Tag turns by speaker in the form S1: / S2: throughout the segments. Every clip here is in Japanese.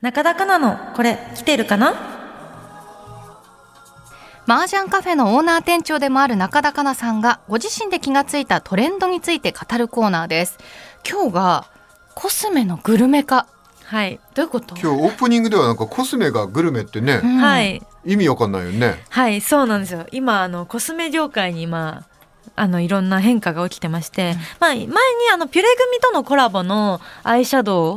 S1: 中田香奈のこれ来てるかな
S2: 麻雀カフェのオーナー店長でもある中田香奈さんがご自身で気がついたトレンドについて語るコーナーです今日がコスメのグルメ化
S1: はい、
S2: どういうこと
S3: 今日オープニングではなんかコスメがグルメってね、
S2: うん
S1: はい
S3: 意味わかんないよね。
S1: はいそうなんですよ今あのコスメ業界に今あのいろんな変化が起きてまして、まあ、前にあのピュレ組とのコラボのアイシャドウ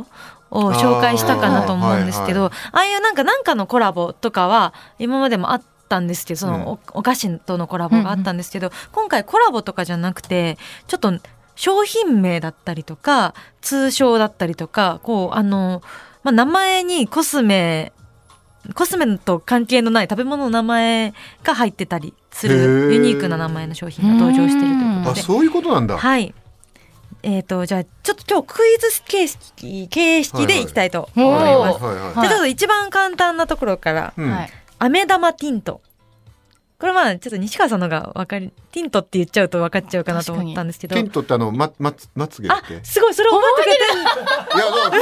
S1: を紹介したかなと思うんですけどあ,、あいうなんかなんかのコラボとかは今までもあったんですけどそのお,、菓子とのコラボがあったんですけど、今回コラボとかじゃなくてちょっと商品名だったりとか通称だったりとかこうあの、まあ、名前にコスメコスメと関係のない食べ物の名前が入ってたりす
S3: へ
S1: る
S3: ー
S1: ユニークな名前の商品が登場しているというこ
S3: あ、
S1: とで。
S3: そういうことなんだ。
S1: はい。えっ、とじゃあちょっと今日クイズ形式形式でいきたいと思い
S2: は
S1: ます。
S2: い
S3: いはい
S2: は
S3: はい
S1: でちょっと一番簡単なところから
S3: い。うん
S2: はい
S1: 飴玉ティント。これまあちょっと西川さんのがわかりティントって言っちゃうと分かっちゃうかなと思ったんですけど
S3: テ。ントってあのままつまつげだっ
S1: あ
S3: け？いや
S1: すごいそれ覚えてくれてる
S3: だから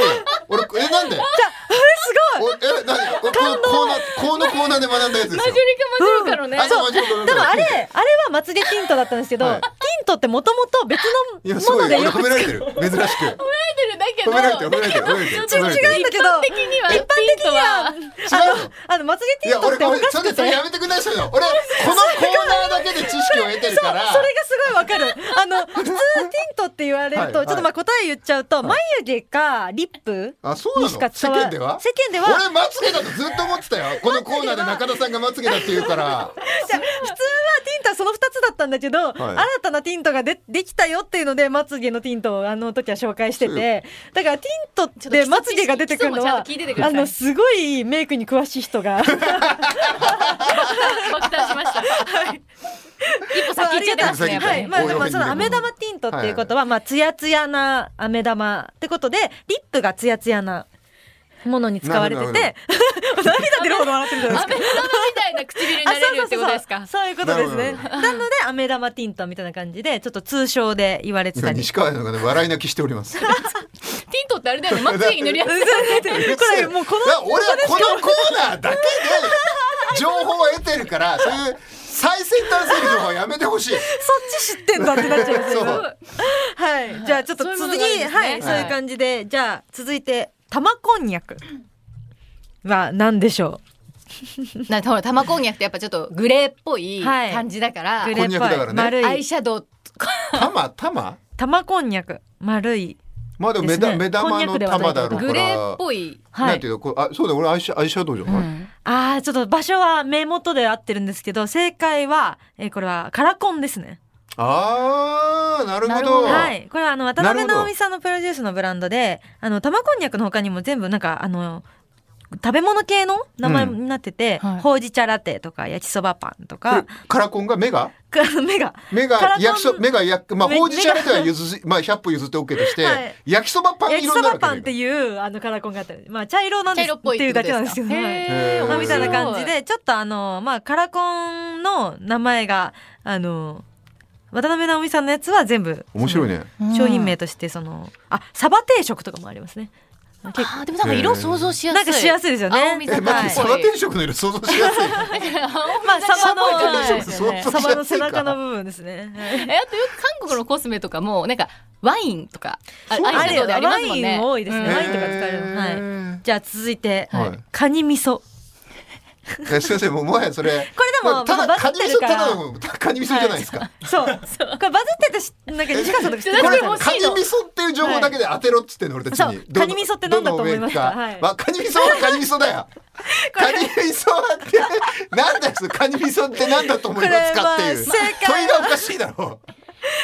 S3: 俺俺えなんで？じゃあれすごい。えなんで俺このコーナーこのコーナーで学んだやつですよ。
S1: うん
S2: マジョリカマジョリカのね
S3: あそう
S1: でもあ れ、あれはまつげティントだったんですけど、
S3: はい
S1: ティントってもともと別
S3: いやす
S1: のも
S3: ご
S1: の
S3: い
S1: でよ
S3: 俺
S1: く
S3: 褒
S1: 使
S3: め
S1: う
S3: られてる珍しく。
S2: 褒
S3: 褒められてる褒められてる褒められてる。
S1: ちょっと違うんだけど、一般的
S2: には
S1: には、あの、あの、まつげティ
S3: いや
S1: ント
S3: 俺
S1: って
S3: ご
S1: お
S3: めん
S1: か
S3: そ
S1: し
S3: れ
S1: く
S3: そ
S1: て。
S3: れやめてくださいよ。俺このコーナーだけで知識を得てるから。
S1: それがすごいわかる。あの、普通ティントって言われる
S3: は
S1: と、
S3: い
S1: ちょっとまあ答え言っちゃうと、眉毛かリップ
S3: あそうな
S1: にし
S3: の
S1: か
S3: 世
S1: 使わ
S3: 間では
S1: 世間では、
S3: 俺まつげだとずっと思ってたよこのコーナーで中田さんがまつげだって言う から
S1: じゃあ普通はティントはその2つだったんだけど、新たなティントがでできたよっていうのでまつげのティントをあの時は紹介しててだからティントでまつげが出てくるのは
S4: ちょっと基礎もちゃんと聞いててくだ
S1: あ
S4: さい
S1: のすごいメイクに詳しい人 が
S4: 爆誕しました。一歩先行っちゃってますね。やっ ぱ
S1: は
S4: り
S1: い、
S4: ね
S1: まあ、ま
S3: 応用
S1: あ、
S3: 編
S1: その飴玉ティントっていうことは、まあ、ツヤツヤな飴玉ってことで、リップがツヤツヤな。ものに使われてて、
S3: な
S1: 涙
S3: る
S1: 出るほど笑ってるじゃないです
S4: 飴
S1: か。
S4: 玉みたいな唇になれるってことですか。
S1: そういうことですね。
S3: なるほ
S1: なので、飴玉ティントみたいな感じで、ちょっと通称で言われてた
S3: 今
S1: り。
S3: 西川の方で笑い泣きしてお ります
S4: ティントってあれだよね。まつげに塗りやすい。
S1: これ、もう、こ
S3: いや俺はこのコーナーだけで情報を得てるからそういう最先端すぎる情報はやめてほし
S1: そ
S3: い
S1: っち知ってんだってなっちゃうんです
S3: そ
S1: よ。
S3: う
S1: はい、じゃあ、ちょっと
S4: そういうも
S1: 続
S4: の
S1: き、
S4: がある
S1: は
S4: んですね
S1: い、そういう感じで、じゃあ、続いて、玉こんにゃく。は、なんでしょ
S2: なほら玉こんにゃくってやっぱちょっとグレーっぽい
S1: はい
S2: 感じだから、
S1: う。
S3: こんにゃくだからね
S1: 丸
S2: アイ
S1: い。
S2: シャドウ
S3: 玉玉
S1: 玉こんにゃく、丸い。
S3: まあでも目
S1: です
S3: だ
S1: ね
S3: 目玉
S1: こんにゃく
S3: の
S1: ではない
S3: 玉だろうから
S4: グレーっぽい。
S1: は
S3: なん
S1: い
S3: て。いうのこれあそうだ俺アイシャアイシャドウじゃない、
S1: ああ、ちょっと場所は目元で合ってるんですけど、正解は、えーこれはカラコンですね。
S3: あーなるほ
S2: なるほ
S3: ど
S2: ど
S1: はい。これはあの、渡辺
S3: なるほど
S1: 直美さんのプロデュースのブランドで、あの、玉こんにゃくの他にも全部なんか、あの、食べ物系の名前
S3: うん
S1: になってて、
S2: はい
S1: ほうじ茶ラテとか焼きそばパンと
S3: これ
S1: か、
S3: カラコンが目が
S1: あの目が、
S3: 目
S1: カラコ
S3: が
S1: ン
S3: 焼きそ目が焼くまあ
S1: 目
S3: ほうじ茶では譲 りまあ100歩譲って OK として、
S1: はい
S3: 焼きそばパン
S1: 焼き
S3: 色に
S1: そ
S3: なる
S1: ば
S3: わ
S1: パン
S3: けだ
S1: っ
S3: よ
S1: ていうあのカラコンがあったり、まあ茶色なんで
S2: 茶
S1: す
S2: 色っぽ
S1: っ
S2: いって
S1: い
S2: て
S1: う
S2: こと
S1: だ
S2: で
S1: けなんです
S2: すか
S1: けど、はい
S4: へ
S3: へ
S4: ー
S3: ー
S1: まあ、みたいな
S4: 面
S1: 感じ
S4: 白
S1: でちょっとあの、まあ、カラコンの名前があの渡辺直美さんのやつは全部
S3: 面白いね
S1: その商品名としてその、あサバ定食とかもありますね結構
S2: あーでもなんか色想像しや
S1: な
S2: すい
S1: んかしやすいですよね
S2: 青み
S3: え
S2: そ
S3: 待
S2: ば
S3: っ
S2: っ
S3: て
S2: ぽ
S3: サ
S2: い
S3: バ定食の色想像し やすい
S1: まあサバの
S4: サバ定食
S3: ですよね
S1: サバの背中の部分ですね、はい
S4: えあとよく韓国のコスメとかもなんかワインとかあ
S3: そう
S4: アイシャドウでありま
S1: ワ
S4: すもん
S1: イ
S4: ね。
S1: ン多いですね、
S4: うん
S1: ワインとか使えるの
S3: へ
S1: はい
S3: ー
S1: じゃあ続いて、
S3: はい
S1: カニ味噌
S3: え先生もうもはやそれ
S1: これでも
S3: た
S1: ま
S3: だ
S1: あバ
S3: カ
S1: ズ
S3: ニ
S1: って
S3: 味
S1: るか
S3: 噌た
S1: ら
S3: だのカニ味噌じゃないですか
S1: そうこれバズっててしなんか西川さんとか知ってる
S3: これ
S4: え
S3: カ
S4: 欲しい
S3: ニ
S4: の
S3: 味噌っていう情報だけで当てろっつってんの俺たち
S1: そう
S3: にどの
S1: カニ味噌って何だと思いますか
S3: どの上
S1: はい
S3: まあカニ味噌はカニ味噌 だよカニ味噌はって何だよカニ味噌って何だと思いますかっていう
S1: これは正解
S3: 問いがおかしいだろ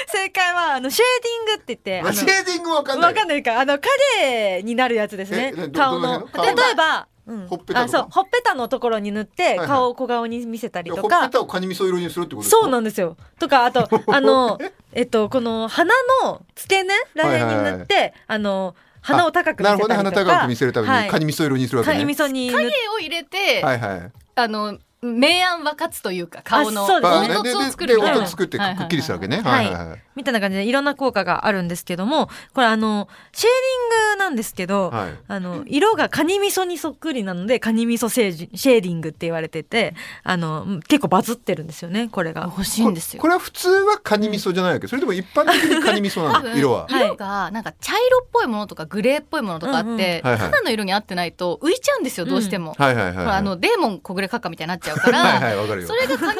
S1: 正解はあのシェーディングって言ってあ
S3: う
S1: の
S3: シェーディングわかんな
S1: わ
S3: い
S1: かんないかあの影になるやつですね
S3: ええど
S1: 顔
S3: どの
S1: の
S3: 辺の顔
S1: 例えば、うん
S3: ほっぺた
S1: あ
S3: とか
S1: そうほっぺたのところに塗って
S3: いはい
S1: 顔を小顔に見せたりと
S3: ほっ
S1: か、
S3: ぺたをカニ味噌色にするってことですか
S1: そうなんですよとかあ とあのえっとこの鼻の付け根らへんに塗って、あの鼻を高く見
S3: な
S1: せた
S3: る
S1: り
S3: ほ
S1: と
S3: どね
S1: か
S3: 鼻高く見せるため
S1: は
S3: に
S1: い
S3: カニ味噌色にするわけ
S1: カニ
S3: ね
S1: 味噌に塗っ
S4: 影を入れて
S3: はいはい
S4: あの明暗分かつというか顔の
S1: あそう
S4: 凹
S1: ですね
S3: で
S4: 凸を作
S3: で
S4: る
S3: で
S4: みたいな
S1: 凹
S3: 音作ってくっきりするわけね。
S1: は
S3: はいいはいはい。
S1: みたいな感じでいろんな効果があるんですけどもこれあのシェーディングなんですけど、
S3: はい
S1: あの色がカニ味噌にそっくりなのでカニ味噌セージシェーディングって言われててあのうん結構バズってるんですよねこれが。
S2: 欲しいんですよ
S3: これは普通はカニ味噌じゃないわけ。それとも一般的にカニ味噌な
S4: 多
S3: の
S4: 分
S3: 色
S1: は
S3: は。
S1: い
S4: 色がなんか茶色っぽいものとかグレーっぽいものとかあって、
S1: うんうんはい
S3: はい
S4: ただの色に合ってないと浮いちゃうんですよどうしても、
S3: はいはいはい
S4: ほ
S3: はい。
S4: らあのデーモン小暮閣下みたいになっちゃうから
S3: はいはいわかるよ
S4: そ。れがカニ味噌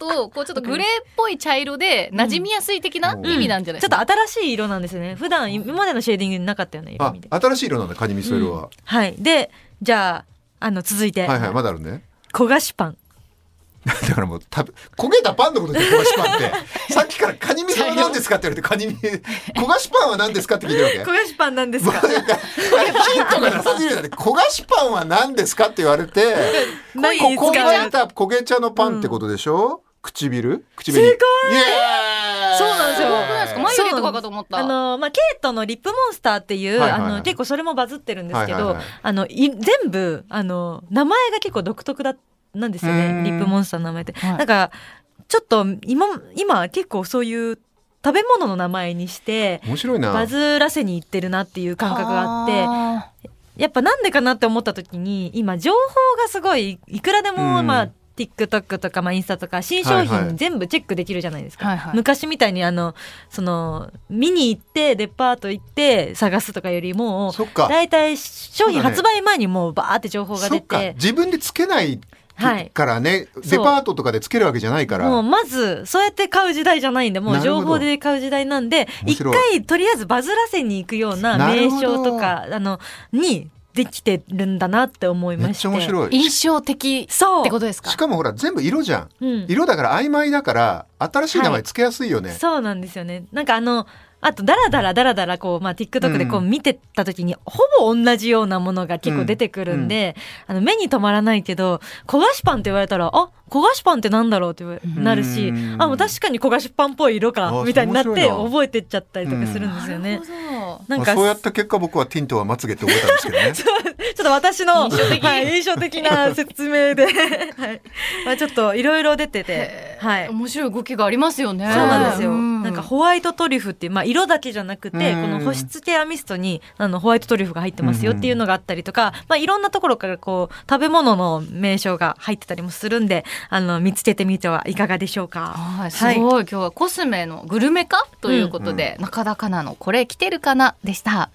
S4: 色だとこうちょっとグレーっぽい茶色で馴染みやすい的な
S3: うん
S4: 意味なんじゃない
S1: ち
S4: で
S1: ょっ
S4: すか、
S1: と新しい色なんですよね普段今までのシェーディングになかったような色
S3: あ
S1: 味で。
S3: 新しい色なんだカニ味噌色は。
S1: はい、でじゃああの続いて、
S3: はいはいまだあるね。
S1: 焦がしパン
S3: だからもう食べ焦げたパンのことで焦がしパンって。さっきからカニ味噌は何ですかって言われてカニ味焦がしパンは何ですかって聞いてるわけ。
S1: 焦がしパンなんです か
S3: ヒントがなさすぎるよね。焦がしパンは何ですかって言わ れて、
S1: 何
S3: こ
S1: に使
S3: 焦
S1: う
S3: げた焦げ茶のパンってことでしょ？唇？唇に。
S1: 正
S3: イエーイ
S1: そうなんですよ
S4: すごくないですか眉毛とかかと思った
S1: あのまあ、ケイトのリップモンスターっていう、
S3: はいはいはい
S1: あの結構それもバズってるんですけど、
S3: はいはいはい
S1: あのい全部あの名前が結構独特だなんですよ
S3: うーん
S1: ねリップモンスターの名前って、
S2: はい
S1: なんかちょっと今今結構そういう食べ物の名前にして
S3: 面白いな。
S1: バズらせにいってるなっていう感覚があって
S2: あ
S1: やっぱなんでかなって思った時に今情報がすごいいくらでも、
S3: うん
S1: まあ TikTok とか、まあ、インスタとか新商
S3: はいは
S1: 品
S3: い
S1: 全部チェックできるじゃないですか、
S2: はいはい
S1: 昔みたいにあのその見に行ってデパート行って探すとかよりも
S3: そっか。
S1: 大体商品
S3: そうだね
S1: 発売前にもうバーって情報が
S3: そ
S1: 出
S3: っか。
S1: て。
S3: 自分でつけない
S1: はい
S3: からね。
S1: う
S3: デパートとかでつけるわけじゃないから。
S1: もうまずそうやって買う時代じゃないんでも
S3: な
S1: う
S3: るほど
S1: 情報で買う時代なんで
S3: 面
S1: 一
S3: 白い
S1: 回とりあえずバズらせに行くような
S3: なる
S1: 名
S3: ほど
S1: 称とかあのにできてるんだなって思い
S3: め
S1: ま
S3: っ
S1: し
S3: ち
S1: て
S3: ゃ面白
S2: ー
S3: い。
S2: 印象的
S1: そう
S2: ってことですか
S3: しかもほら全部色じゃん。
S1: うん、
S3: 色だから曖昧だから新しい名前つけやすいよね。
S1: そうなんですよね。なんかあの、あと、ダラダラダラダラこう、まあ、TikTok でこう
S3: うん
S1: 見てた時に、ほぼ同じようなものが結構出てくるんで、あの、目に留まらないけど、焦がしパンって言われたら、あ、焦がしパンってなんだろうって言わなるし
S3: う、ん
S1: あ、もう確かに焦がしパンっぽい色
S3: あ
S1: か
S3: そ、う
S1: みたいになって
S3: 面白いな
S1: 覚えてっちゃったりとかするんですよ
S4: な
S1: ね
S4: る。ほ
S1: なん
S3: ま
S1: か、
S3: あそうやった結果僕はティントはまつげって覚えたんですけどね。
S1: ちょっと私の
S4: 印象的
S1: はい、印象的な説明で、 はい。まあ、ちょっといろいろ出てて、
S4: ど、
S1: はい。
S4: 面白い動きがありますよね
S1: そうなんですよ。
S2: うん
S1: なんかホワイトトリュフっていう、まあ色だけじゃなくて、
S3: うん
S1: この保湿ケアミストにあのホワイトトリュフが入ってますよっていうのがあったりとか、まあいろんなところからこう食べ物の名称が入ってたりもするんで、あの見つけてみてはいかがでしょうか。
S2: はい
S4: すごい、今日はコスメのグルメ化ということで、
S2: なかなかなのこれ来てるかなでした